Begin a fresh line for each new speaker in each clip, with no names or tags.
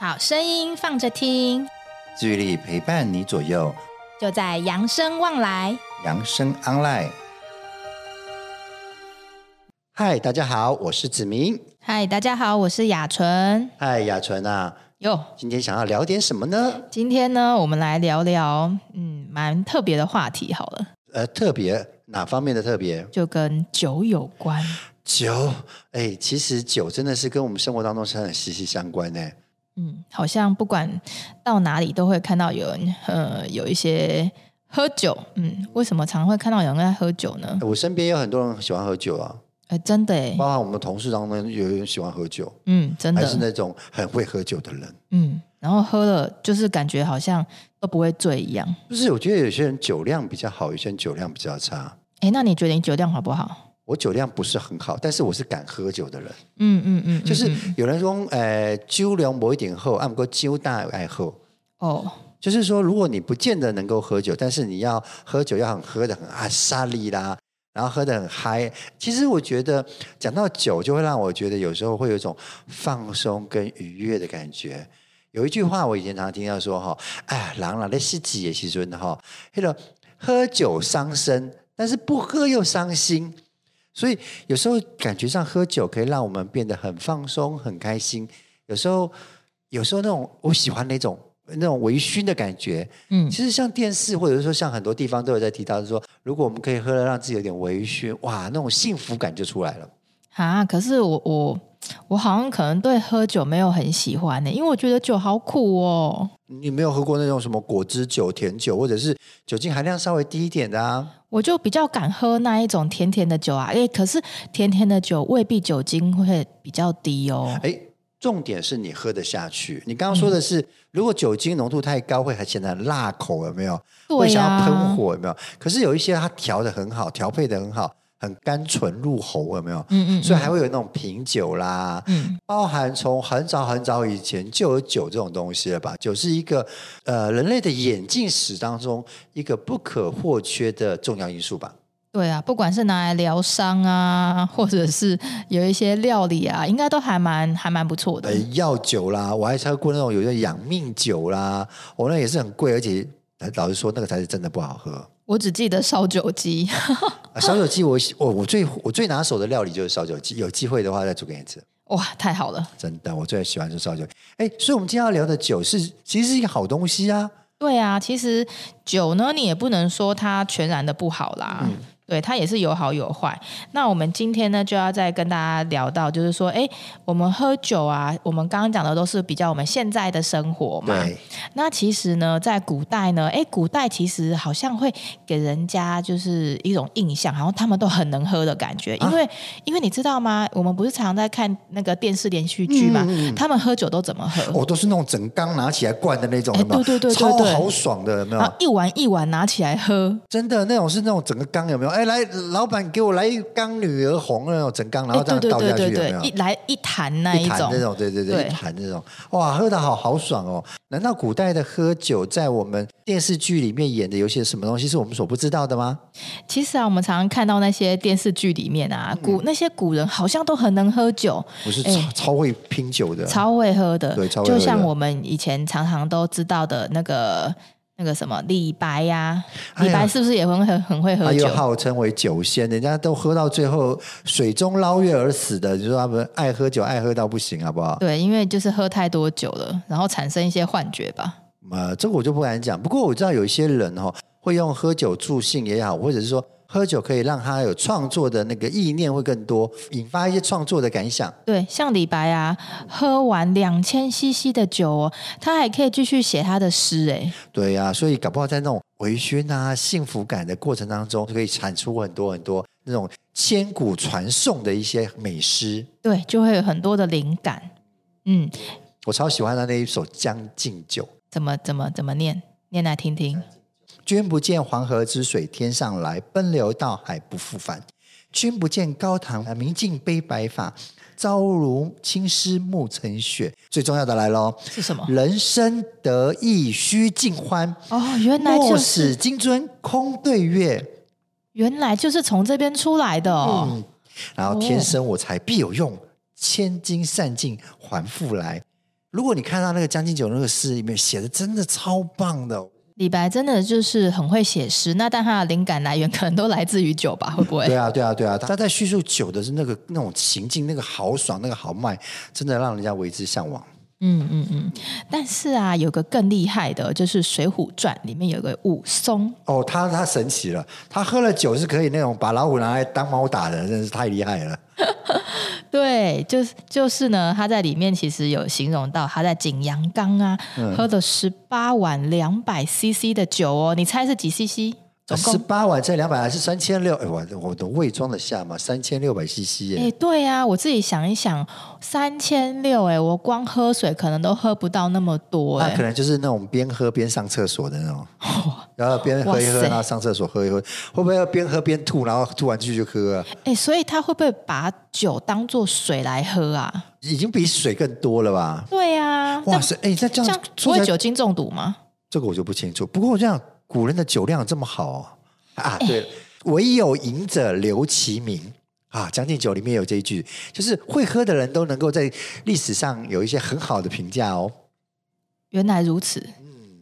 好声音放着听，
距离陪伴你左右，
就在扬声望来。
扬声 online。嗨，大家好，我是子明。
嗨，大家好，我是雅纯。
嗨，雅纯啊，
哟，
今天想要聊点什么呢？
今天呢，我们来聊聊，嗯，蛮特别的话题好了，
呃，特别哪方面的特别？
就跟酒有关。
酒，哎，其实酒真的是跟我们生活当中是很息息相关的。
嗯，好像不管到哪里都会看到有人，呃，有一些喝酒。嗯，为什么常会看到有人在喝酒呢？
我身边有很多人喜欢喝酒啊，
呃，真的诶，
包含我们同事当中有人喜欢喝酒，
嗯，真
还是
的，
那种很会喝酒的人。
嗯，然后喝了就是感觉好像都不会醉一样。
就是我觉得有些人酒量比较好，有些人酒量比较差。
哎，那你觉得你酒量好不好？
我酒量不是很好，但是我是敢喝酒的人。
嗯嗯嗯，嗯
就是
嗯
有人说，呃，酒量某一点厚，啊，不过酒大爱厚。
哦，
就是说，如果你不见得能够喝酒，但是你要喝酒要很喝的很啊沙利啦，然后喝的很嗨。其实我觉得讲到酒，就会让我觉得有时候会有一种放松跟愉悦的感觉。有一句话我以前常听到说哈，哎，郎朗的是几也是尊的哈，那个喝酒伤身，但是不喝又伤心。所以有时候感觉上喝酒可以让我们变得很放松、很开心。有时候，有时候那种我喜欢那种那种微醺的感觉。
嗯
其实像电视或者是说像很多地方都有在提到就是说，如果我们可以喝了让自己有点微醺，哇，那种幸福感就出来了。
啊，可是我我我好像可能对喝酒没有很喜欢呢、因为我觉得酒好苦哦。
你没有喝过那种什么果汁酒、甜酒，或者是酒精含量稍微低一点的啊？
我就比较敢喝那一种甜甜的酒啊，哎、可是甜甜的酒未必酒精会比较低哦。
哎，重点是你喝得下去。你刚刚说的是，
嗯
如果酒精浓度太高，会还显得很辣口，有没有？
对
会
啊
想
呀、
要喷火，有没有？可是有一些它调的很好，调配的很好，很甘醇入喉，有没有？
嗯嗯嗯
所以还会有那种品酒啦，
嗯
包含从很早很早以前就有酒这种东西了吧？酒是一个呃人类的演进史当中一个不可或缺的重要因素吧。
对啊，不管是拿来疗伤啊，或者是有一些料理啊，应该都还蛮还蛮不错的
呃。，药酒啦，我还喝过那种有些养命酒啦，我、那也是很贵，而且呃老实说，那个才是真的不好喝。
我只记得烧酒鸡，
啊烧酒鸡我，我我最我最拿手的料理就是烧酒鸡，有机会的话再煮给你吃。
哇，太好了。
真的，我最喜欢就是烧酒。哎，所以我们今天要聊的酒是其实是一个好东西啊。
对啊，其实酒呢，你也不能说它全然的不好啦。
嗯
对，它也是有好有坏。那我们今天呢，就要再跟大家聊到，就是说，哎，我们喝酒啊，我们刚刚讲的都是比较我们现在的生活嘛。
对，
那其实呢，在古代呢，哎，古代其实好像会给人家就是一种印象，好像他们都很能喝的感觉。
啊
因为，因为你知道吗？我们不是常在看那个电视连续剧嘛，
嗯
他们喝酒都怎么喝？
我、都是那种整缸拿起来灌的那种，
哎
有没有？
对对对对
超
对啊
豪爽的，有没
然后
有？
一碗一碗拿起来喝，
真的那种是那种整个缸，有没有？哎，来，老板给我来一缸女儿红那种整缸，然
哎，
后这样
对对
倒
对
下
对
去，
对，
有没
一
有？
来一坛那一
坛
种，
那种，对对对，
对
一坛那种，哇，喝的好豪爽哦！难道古代的喝酒在我们电视剧里面演的有些什么东西是我们所不知道的吗？
其实啊，我们常常看到那些电视剧里面
嗯
啊，古、那些古人好像都很能喝酒，
我是超、
哎
超会拼酒的，
超会喝的，
对超会喝
就
的
像我们以前常常都知道的那个那个什么李白呀、
哎呀哎
李白是不是也很很很会喝
他
酒
又？号称为酒仙，人家都喝到最后水中捞月而死的，你说他们爱喝酒，爱喝到不行，好不好？
对，因为就是喝太多酒了，然后产生一些幻觉吧。
呃，这个我就不敢讲。不过我知道有一些人哦，会用喝酒助兴也好，或者是说喝酒可以让他有创作的那个意念会更多，引发一些创作的感想。
对，像李白啊，喝完两千 CC 的酒哦，他还可以继续写他的诗哎。
对呀、所以搞不好在那种微醺啊、幸福感的过程当中，就可以产出很多很多那种千古传颂的一些美诗。
对，就会有很多的灵感。嗯，
我超喜欢他那一首《将进酒》。
怎么怎么怎么念？念来听听。
君不见黄河之水天上来，奔流到海不复返。君不见高堂明镜悲白发，朝如青丝暮成雪。最重要的来喽，
是什么？
人生得意须尽欢，
哦，原来就
莫
是
使金樽空对月。
原来就是从这边出来的哦。
嗯，然后天生我材必有用，千金散尽还复来。如果你看到那个《将进酒》那个诗里面写的真的超棒的，哦
李白真的就是很会写诗，那但他的灵感来源可能都来自于酒吧，会不会？
对啊，对啊，对啊，他在叙述酒的是那个那种情境，那个豪爽，那个豪迈，真的让人家为之向往。
嗯嗯嗯。但是啊，有个更厉害的，就是《水浒传》里面有个武松，
哦，他他神奇了，他喝了酒是可以那种把老虎拿来当猫打的，真是太厉害了。
对，就是就是呢，他在里面其实有形容到他在景阳冈啊，
嗯
喝了十八碗两百 CC 的酒哦，你猜是几 CC？总
十
共？
八碗这两百还是三千六？哎，我我的胃装得下吗？三千六百 CC 耶、
哎、对啊，我自己想一想，三千六哎，我光喝水可能都喝不到那么多
那
哎
可。能就是那种边喝边上厕所的那种，然后边喝一
哇
喝，
塞
然后上厕所喝一喝，会不会要边喝边吐，然后吐完继续喝、啊？
哎、所以他会不会把酒当做水来喝啊？
已经比水更多了吧？
对啊，
哇
那
塞！哎，那这
这
样
样不
说
会
起来
酒精中毒吗？
这个我就不清楚。不过我这样，古人的酒量这么好哦、
哎
啊？对了，唯有饮者留其名啊，《将进酒》里面有这一句，就是会喝的人都能够在历史上有一些很好的评价哦。
原来如此。嗯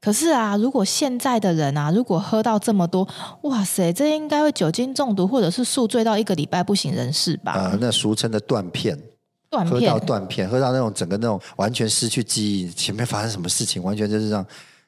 可是啊，如果现在的人啊，如果喝到这么多，哇塞，这应该会酒精中毒，或者是宿醉到一个礼拜不省人事吧？
啊、那俗称的断片，
断
喝到
片，
断片，喝到那种整个那种完全失去记忆，前面发生什么事情，完全就是让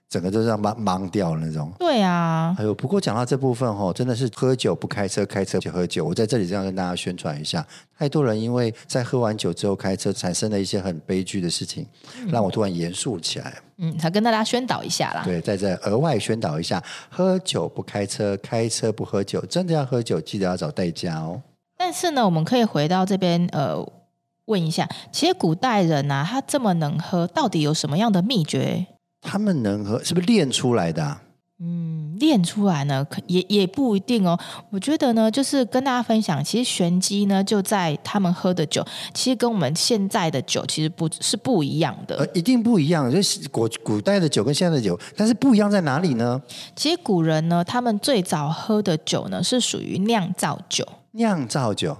整个都让忙忙掉了那种。
对啊，
哎呦，不过讲到这部分哦，真的是喝酒不开车，开车不喝酒。我在这里这样跟大家宣传一下，太多人因为在喝完酒之后开车，产生了一些很悲剧的事情，让我突然严肃起来。
嗯，才跟大家宣导一下啦。
对，在这额外宣导一下，喝酒不开车，开车不喝酒。真的要喝酒，记得要找代驾哦。
但是呢，我们可以回到这边，呃，问一下，其实古代人啊，他这么能喝，到底有什么样的秘诀？
他们能喝，是不是练出来的、啊？
嗯，练出来呢，可也也不一定哦。我觉得呢，就是跟大家分享，其实玄机呢就在他们喝的酒，其实跟我们现在的酒其实不是不一样的。
呃，一定不一样。就是古古代的酒跟现在的酒，但是不一样在哪里呢？
其实古人呢，他们最早喝的酒呢是属于酿造酒。
酿造酒，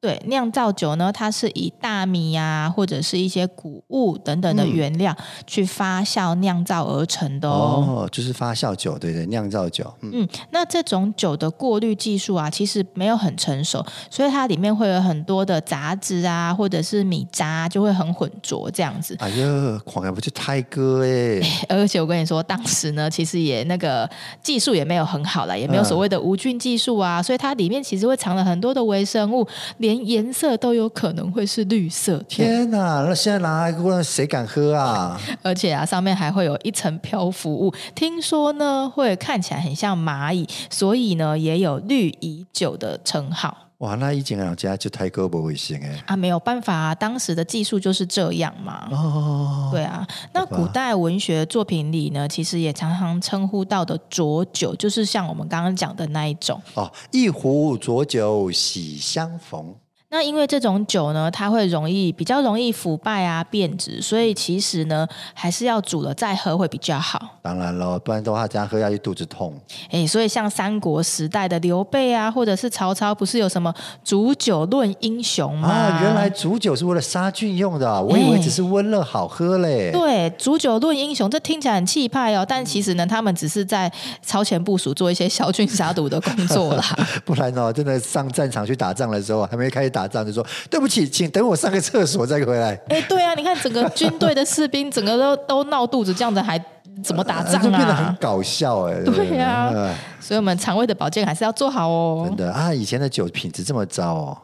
对，酿造酒呢，它是以大米呀、或者是一些谷物等等的原料、去发酵酿造而成的哦
哦，就是发酵酒，对对，酿造酒，嗯。
嗯，那这种酒的过滤技术啊，其实没有很成熟，所以它里面会有很多的杂质啊，或者是米渣啊、就会很混浊这样子。
哎呀，狂人不就泰哥哎、
而且我跟你说，当时呢，其实也那个技术也没有很好啦，也没有所谓的无菌技术啊，所以它里面其实会藏了很多的微生物，连颜色都有可能会是绿色的，
天哪，那现在拿来问谁敢喝啊？
而且啊，上面还会有一层漂浮物，听说呢会看起来很像蚂蚁，所以呢也有绿蚁酒的称号。
哇，那一斤两家就泰哥不会行哎。
啊，没有办法、啊，当时的技术就是这样嘛。
哦，
对啊，那古代文学作品里呢，其实也常常称呼到的浊酒，就是像我们刚刚讲的那一种。
哦，一壶浊酒喜相逢。
那因为这种酒呢，它会容易比较容易腐败啊、变质，所以其实呢，还是要煮了再喝会比较好。
当然了，不然的话，这样喝下去肚子痛。
诶，哎所以像三国时代的刘备啊，或者是曹操，不是有什么煮酒论英雄吗？
啊，原来煮酒是为了杀菌用的啊，
嗯
我以为只是温热好喝嘞。
对，煮酒论英雄，这听起来很气派哦，
嗯
但其实呢，他们只是在超前部署做一些消菌杀毒的工作 啦。
不然哦，真的上战场去打仗的时候，还没开始打仗就说对不起，请等我上个厕所再回来。
哎，对啊，你看整个军队的士兵，整个都都闹肚子，这样子还怎么打仗
呃就变得很
啊？
搞笑哎。不
对啊
哎
所以我们肠胃的保健还是要做好哦
真。的啊，以前的酒品质这么糟哦。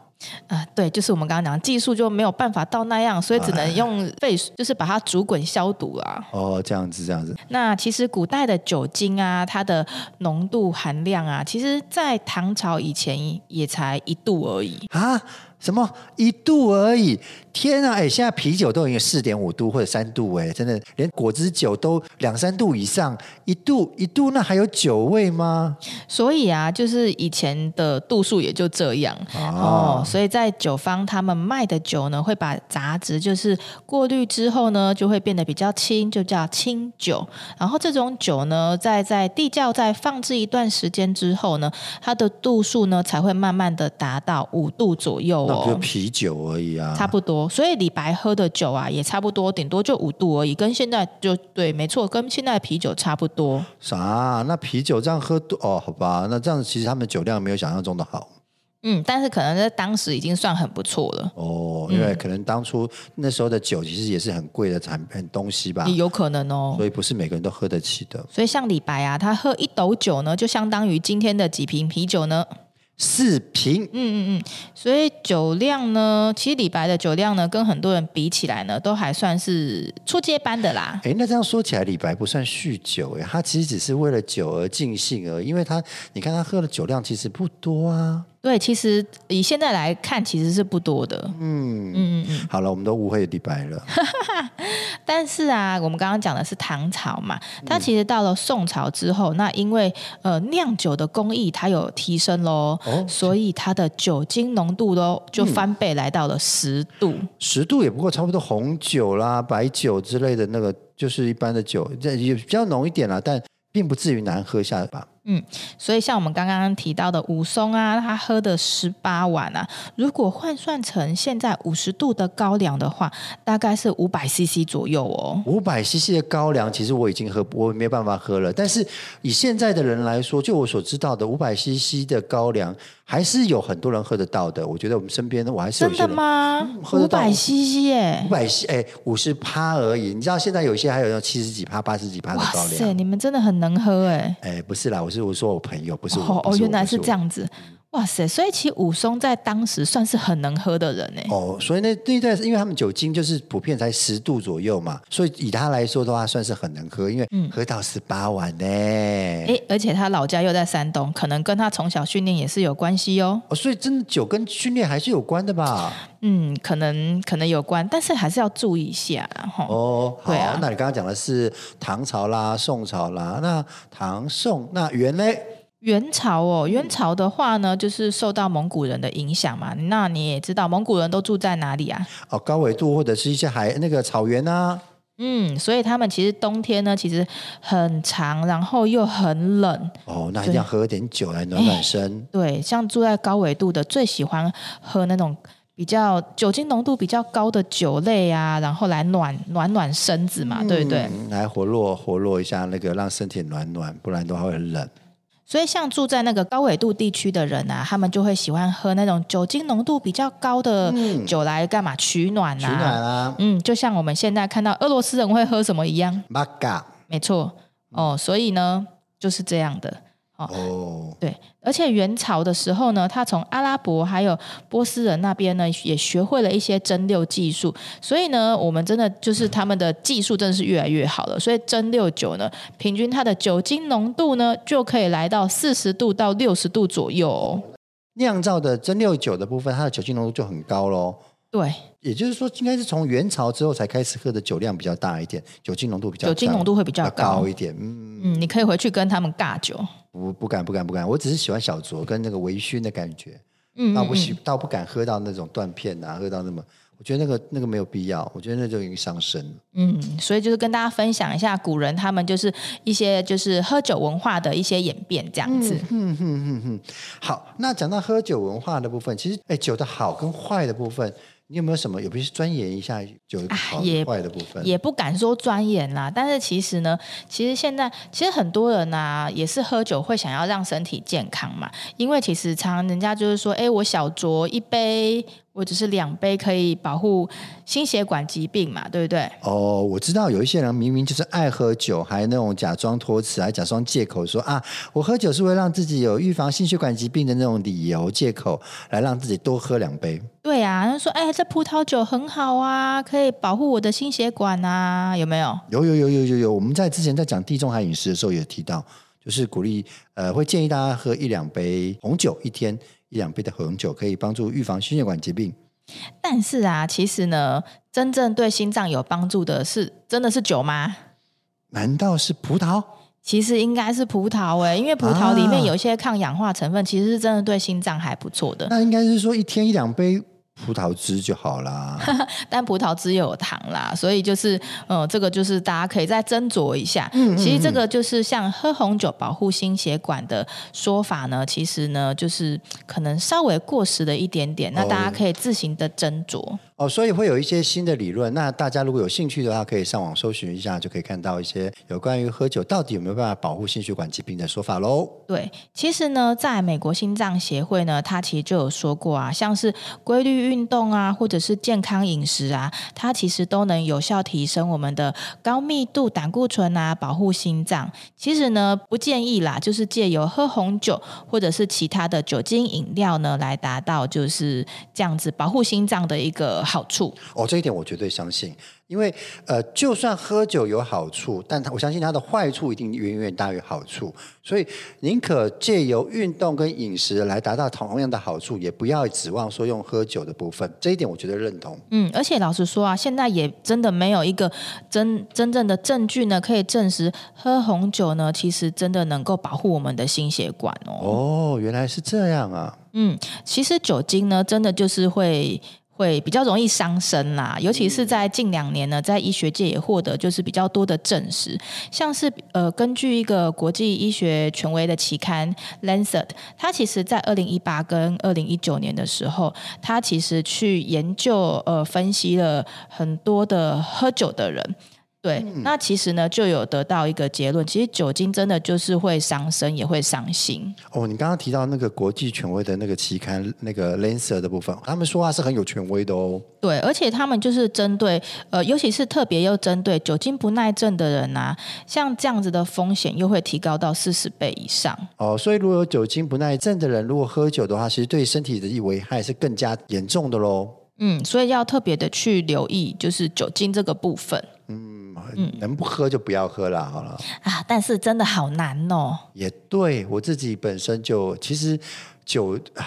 啊、对，就是我们刚刚讲，技术就没有办法到那样，所以只
哎
能用沸水，就是把它煮滚消毒啊。
哦，这样子，这样子，
那其实古代的酒精啊，它的浓度含量啊，其实在唐朝以前也才一度而已。
啊，什么一度而已？天啊，哎，现在啤酒都已经四点五度或者三度，哎，真的连果汁酒都两三度以上，一度一度，那还有酒味吗？
所以啊，就是以前的度数也就这样、哦，所以在酒坊他们卖的酒呢，会把杂质就是过滤之后呢，就会变得比较轻，就叫清酒。然后这种酒呢，在在地窖在放置一段时间之后呢，它的度数呢才会慢慢的达到五度左右哦
那不就啤酒而已啊？
差不多，所以李白喝的酒啊，也差不多，顶多就五度而已，跟现在就对，没错，跟现在的啤酒差不多。
啥？啊那啤酒这样喝多哦？好吧，那这样其实他们酒量没有想象中的好
嗯，但是可能在当时已经算很不错了，
哦，因为可能当初那时候的酒其实也是很贵的产品东西吧，
也有可能哦。
所以不是每个人都喝得起的。
所以像李白啊，他喝一斗酒呢，就相当于今天的几瓶啤酒呢。
四瓶，
嗯嗯嗯，所以酒量呢，其实李白的酒量呢，跟很多人比起来呢，都还算是初阶班的啦。
哎，那这样说起来，李白不算酗酒哎，他其实只是为了酒而尽兴而已，因为他你看他喝的酒量其实不多啊。
对，其实以现在来看，其实是不多的。
嗯，
嗯嗯嗯。
好了，我们都误会李白了。
但是啊，我们刚刚讲的是唐朝嘛，
嗯
它其实到了宋朝之后，那因为呃酿酒的工艺它有提升喽，
哦嗯
所以它的酒精浓度喽就翻倍来到了十度。
十度也不过差不多红酒啦、白酒之类的那个，就是一般的酒，这也比较浓一点啦，但并不至于难喝下吧。
所以像我们刚刚提到的武松啊，他喝的十八碗啊，如果换算成现在五十度的高粱的话，大概是五百 CC 左右哦。
五百 CC 的高粱，其实我已经喝，我没办法喝了。但是以现在的人来说，就我所知道的，五百 CC 的高粱还是有很多人喝得到的。我觉得我们身边我还是有
真
一些
的
人
吗？
喝
五
得到
百 CC 耶
五！百哎五十趴而已。你知道现在有些还有那七十几趴、八十几趴的
哇
高
塞，
粱。
你们真的很能喝哎！
哎，不是啦，我是我说我朋友，不是我。
哦
不
哦，
我
原来
不
是
我嗯
这样子，哇塞！所以其实武松在当时算是很能喝的人呢。欸
哦，所以那那一段，因为他们酒精就是普遍才十度左右嘛，所以以他来说的话，算是很能喝，因为喝到十八碗呢、
嗯诶，而且他老家又在山东，可能跟他从小训练也是有关系哦。
哦，所以真的酒跟训练还是有关的吧？
嗯，可能可能有关，但是还是要注意一下啦。哈、
哦，好，
对啊
那你刚刚讲的是唐朝啦、宋朝啦，那唐宋那元嘞？
元朝
嗯
哦，元朝的话呢，就是受到蒙古人的影响嘛。那你也知道，蒙古人都住在哪里啊？
哦，高纬度或者是一些海那个草原啊，
嗯，所以他们其实冬天呢，其实很长，然后又很冷。
哦，那一定要喝点酒来暖暖身。
对，像住在高纬度的，最喜欢喝那种比较酒精浓度比较高的酒类啊，然后来暖暖暖身子嘛，哎啊对不对？
嗯来活络活络一下那个，让身体暖暖，不然的话会很冷。
所以像住在那个高纬度地区的人啊，他们就会喜欢喝那种酒精浓度比较高的酒来干嘛取暖
嗯取
呐、
暖啊，
嗯，就像我们现在看到俄罗斯人会喝什么一样，
玛嘎
没错
嗯
哦。所以呢，就是这样的。
哦。
对，而且元朝的时候呢，他从阿拉伯还有波斯人那边呢，也学会了一些蒸馏技术，所以呢，我们真的就是他们的技术真的是越来越好了。所以蒸馏酒呢，平均它的酒精浓度呢，就可以来到四十度到六十度左右、哦。
酿造的蒸馏酒的部分，它的酒精浓度就很高喽。
对，
也就是说，应该是从元朝之后才开始喝的酒量比较大一点，酒精浓度比较
酒精浓度会比
比
较
高
高。
一点。嗯，
嗯，你可以回去跟他们尬酒。
不不敢不敢不敢，我只是喜欢小酌跟那个微醺的感觉，
嗯，
倒
嗯
不喜倒不敢喝到那种断片啊，喝到那么，我觉得那个那个没有必要，我觉得那就已经伤身了。
嗯，所以就是跟大家分享一下古人他们就是一些就是喝酒文化的一些演变这样子。
嗯哼哼哼，好，那讲到喝酒文化的部分，其实哎，酒的好跟坏的部分，你有没有什么？有没有钻研一下酒的好
也
与坏的部分？
也不敢说钻研啦，但是其实呢，其实现在其实很多人呐、也是喝酒会想要让身体健康嘛，因为其实常常人家就是说，哎，我小酌一杯，我只是两杯可以保护心血管疾病嘛，对不对？
哦，我知道有一些人明明就是爱喝酒，还那种假装托词，还假装借口说啊，我喝酒是为了让自己有预防心血管疾病的那种理由借口，来让自己多喝两杯。
对啊，他说，哎，这葡萄酒很好啊，可以保护我的心血管啊，有没有？
有有有有有有，我们在之前在讲地中海饮食的时候也提到，就是鼓励呃会建议大家喝一两杯红酒一天。一两杯的红酒可以帮助预防心血管疾病，
但是啊，其实呢，真正对心脏有帮助的是，真的是酒吗？
难道是葡萄？
其实应该是葡萄诶、因为葡萄里
啊
面有一些抗氧化成分，其实是真的对心脏还不错的。
那应该是说一天一两杯葡萄汁就好啦。
但葡萄汁又有糖啦，所以就是，呃，这个就是大家可以再斟酌一下。
嗯
其实这个就是像喝红酒保护心血管的说法呢，其实呢就是可能稍微过时了一点点，那
哦
大家可以自行的斟酌。
哦，所以会有一些新的理论。那大家如果有兴趣的话，可以上网搜寻一下，就可以看到一些有关于喝酒到底有没有办法保护心血管疾病的说法喽。
对，其实呢，在美国心脏协会呢，它其实就有说过啊，像是规律运动啊，或者是健康饮食啊，它其实都能有效提升我们的高密度胆固醇啊，保护心脏。其实呢，不建议啦，就是借由喝红酒或者是其他的酒精饮料呢，来达到就是这样子保护心脏的一个好处。
哦，这一点我绝对相信，因为呃，就算喝酒有好处，但它我相信它的坏处一定远远大于好处。所以宁可借由运动跟饮食来达到同样的好处，也不要指望说用喝酒的部分。这一点我绝对认同。
嗯，而且老实说啊，现在也真的没有一个真真正的证据呢，可以证实喝红酒呢，其实真的能够保护我们的心血管哦。
哦，原来是这样啊。
嗯，其实酒精呢，真的就是会。会比较容易伤身啦，尤其是在近两年呢，在医学界也获得就是比较多的证实，像是呃，根据一个国际医学权威的期刊《Lancet》，它其实在二零一八跟二零一九年的时候，它其实去研究呃分析了很多的喝酒的人。对，那其实呢，就有得到一个结论，其实酒精真的就是会伤身，也会伤心。
哦，你刚刚提到那个国际权威的那个期刊，那个 Lancer 的部分，他们说话是很有权威的哦。
对，而且他们就是针对呃，尤其是特别又针对酒精不耐症的人啊，像这样子的风险又会提高到四十倍以上。
哦，所以如果有酒精不耐症的人，如果喝酒的话，其实对身体的危害是更加严重的喽。
嗯，所以要特别的去留意，就是酒精这个部分
嗯，能不喝就不要喝啦，好了。
啊。但是真的好难哦。
也对我自己本身就，其实酒，唉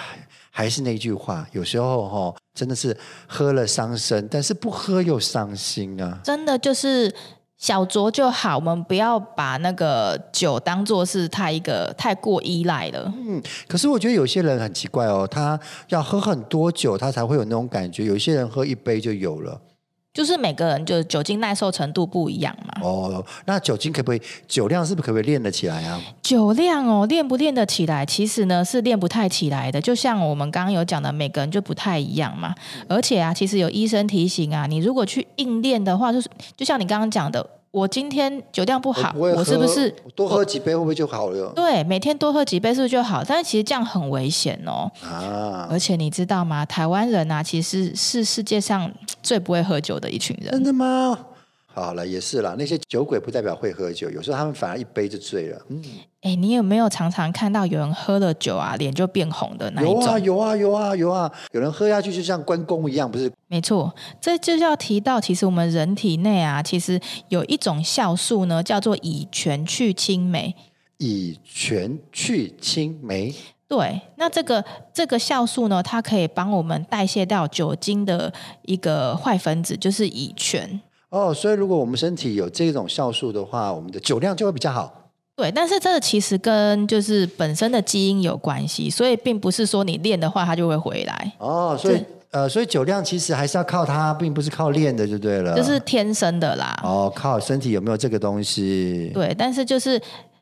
还是那句话，有时候哈、哦，真的是喝了伤身，但是不喝又伤心啊。
真的就是小酌就好，我们不要把那个酒当做是太一个太过依赖了。
可是我觉得有些人很奇怪哦，他要喝很多酒，他才会有那种感觉。有些人喝一杯就有了。
就是每个人就是酒精耐受程度不一样嘛。
哦，那酒精可不可以？酒量是不是可不可以练得起来啊？
酒量哦，练不练得起来，其实呢是练不太起来的。就像我们刚刚有讲的，每个人就不太一样嘛。
嗯
而且啊，其实有医生提醒啊，你如果去硬练的话，就是就像你刚刚讲的，我今天酒量不好，我是不是
多喝几杯会不会就好了
对每天多喝几杯是不是就好？但是其实这样很危险哦。
啊？
而且你知道吗？台湾人啊，其实是世界上最不会喝酒的一群人
真。的吗？好了，也是啦。那些酒鬼不代表会喝酒，有时候他们反而一杯就醉了。嗯
哎，你有没有常常看到有人喝了酒啊，脸就变红的那一
有
种？
啊，有啊，有啊，有啊，有人喝下去就像关公一样，不是？
没错，这就是要提到，其实我们人体内啊，其实有一种酵素呢，叫做乙醛去青酶。
以权去青梅
对，那这个这个酵素呢，它可以帮我们代谢掉酒精的一个坏分子，就是乙醛。
哦。所以如果我们身体有这种酵素的话，我们的酒量就会比较好。
对，但是这个其实跟就是本身的基因有关系，所以并不是说你练的话，它就会回来，
哦，所以
对
呃，所以酒量其实还是要靠它，并不是靠练的，就对了。
就是天生的啦。
嗯哦，靠身体有没有这个东西？
对，但是就是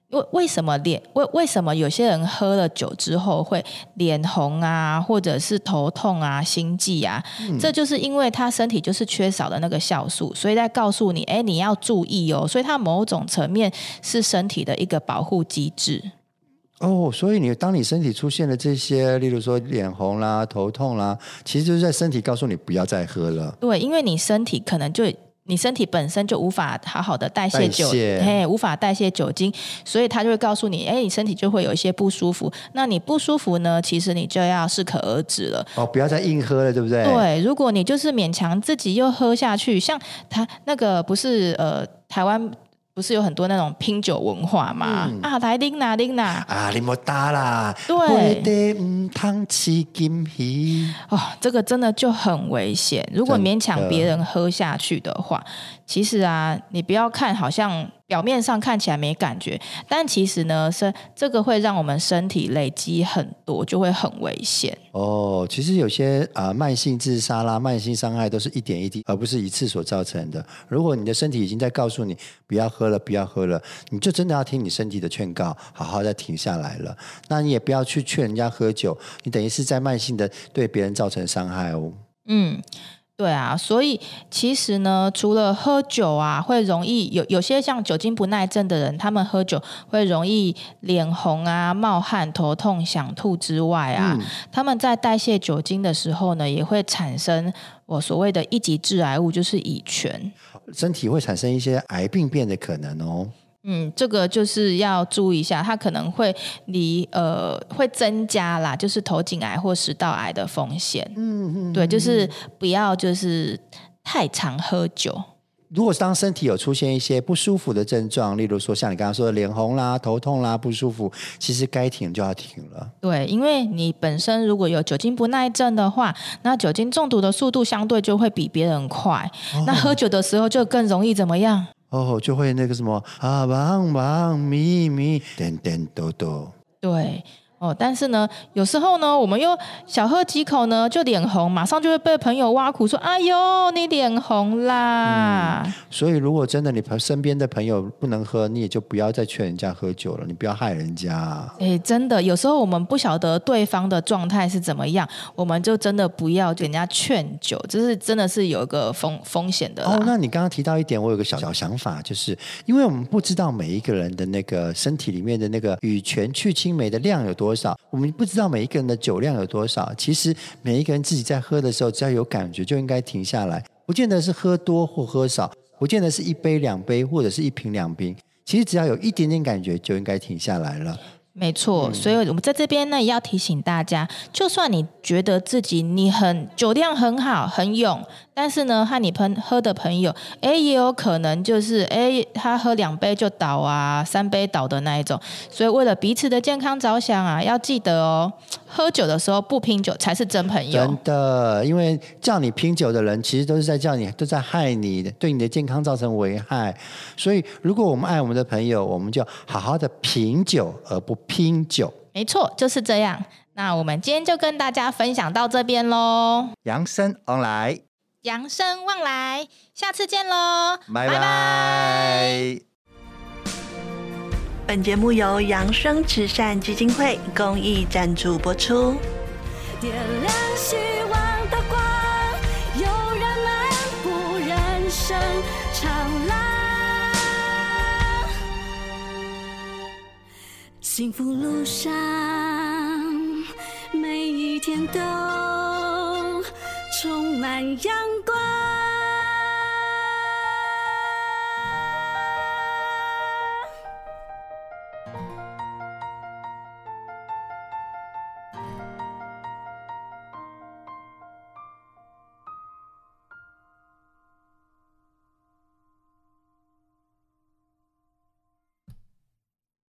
为为什么脸为为什么有些人喝了酒之后会脸红啊，或者是头痛啊、心悸啊？这就是因为他身体就是缺少了那个酵素，所以在告诉你，哎，你要注意哦。所以它某种层面是身体的一个保护机制。
哦，所以你当你身体出现了这些，例如说脸红啦、头痛啦，其实就是在身体告诉你不要再喝了。
对，因为你身体可能就你身体本身就无法好好的代谢
代
酒，
谢
嘿，无法代谢酒精，所以它就会告诉你，哎，你身体就会有一些不舒服。那你不舒服呢，其实你就要适可而止了。
哦，不要再硬喝了，对不对？
对，如果你就是勉强自己又喝下去，像他那个不是呃，台湾不是有很多那种拼酒文化嘛？啊，来拎啦拎啦，
啊，你莫打啦，
对
得唔通吃金鱼。
哦，这个真的就很危险。如果
真
勉强
的
别人喝下去的话，其实啊，你不要看好像。表面上看起来没感觉，但其实呢，是这个会让我们身体累积很多，就会很危险。
哦，其实有些啊、呃慢性自杀啦、慢性伤害都是一点一滴，而不是一次所造成的。如果你的身体已经在告诉你不要喝了、不要喝了，你就真的要听你身体的劝告，好好再停下来了。那你也不要去劝人家喝酒，你等于是在慢性的对别人造成伤害哦。
嗯，对啊，所以其实呢，除了喝酒啊，会容易有有些像酒精不耐症的人，他们喝酒会容易脸红啊、冒汗、头痛、想吐之外啊，他们在代谢酒精的时候呢，也会产生我所谓的一级致癌物，就是乙醛。
身体会产生一些癌病变的可能哦。
嗯，这个就是要注意一下，它可能会离呃会增加啦，就是头颈癌或食道癌的风险。嗯嗯，对，就是不要就是太常喝酒。
如果当身体有出现一些不舒服的症状，例如说像你刚刚说的脸红啦、头痛啦、不舒服，其实该停就要停了。
对，因为你本身如果有酒精不耐症的话，那酒精中毒的速度相对就会比别人快，那喝酒的时候就更容易怎么样？
哦，就会那个什么啊，忙忙咪咪，点点抖抖。
对。哦，但是呢，有时候呢，我们又小喝几口呢，就脸红，马上就会被朋友挖苦说：“哎呦，你脸红啦！”
所以，如果真的你朋身边的朋友不能喝，你也就不要再劝人家喝酒了，你不要害人家。啊
哎、真的，有时候我们不晓得对方的状态是怎么样，我们就真的不要给人家劝酒，这是真的是有一个风风险的啦。
哦，那你刚刚提到一点，我有个小小想法，就是因为我们不知道每一个人的那个身体里面的那个乙醛去青酶的量有多少，我们不知道每一个人的酒量有多少。其实每一个人自己在喝的时候，只要有感觉就应该停下来，不见得是喝多或喝少，不见得是一杯两杯或者是一瓶两瓶。其实只要有一点点感觉就应该停下来了。
没错，
嗯
所以我们在这边呢也要提醒大家，就算你觉得自己你很酒量很好很勇，但是呢和你朋喝的朋友，哎也有可能就是哎他喝两杯就倒啊，三杯倒的那一种。所以为了彼此的健康着想啊，要记得哦，喝酒的时候不拼酒才是真朋友
真。的，因为叫你拼酒的人，其实都是在叫你，都在害你，对你的健康造成危害。所以，如果我们爱我们的朋友，我们就好好的品酒，而不拼酒。
没错，就是这样。那我们今天就跟大家分享到这边喽，
养生 online，
扬生望来，下次见喽，
拜拜
本节目由扬生慈善基金会公益赞助播出。
点亮希望的光，有人漫步人生长廊，幸福路上每一天都充满阳光。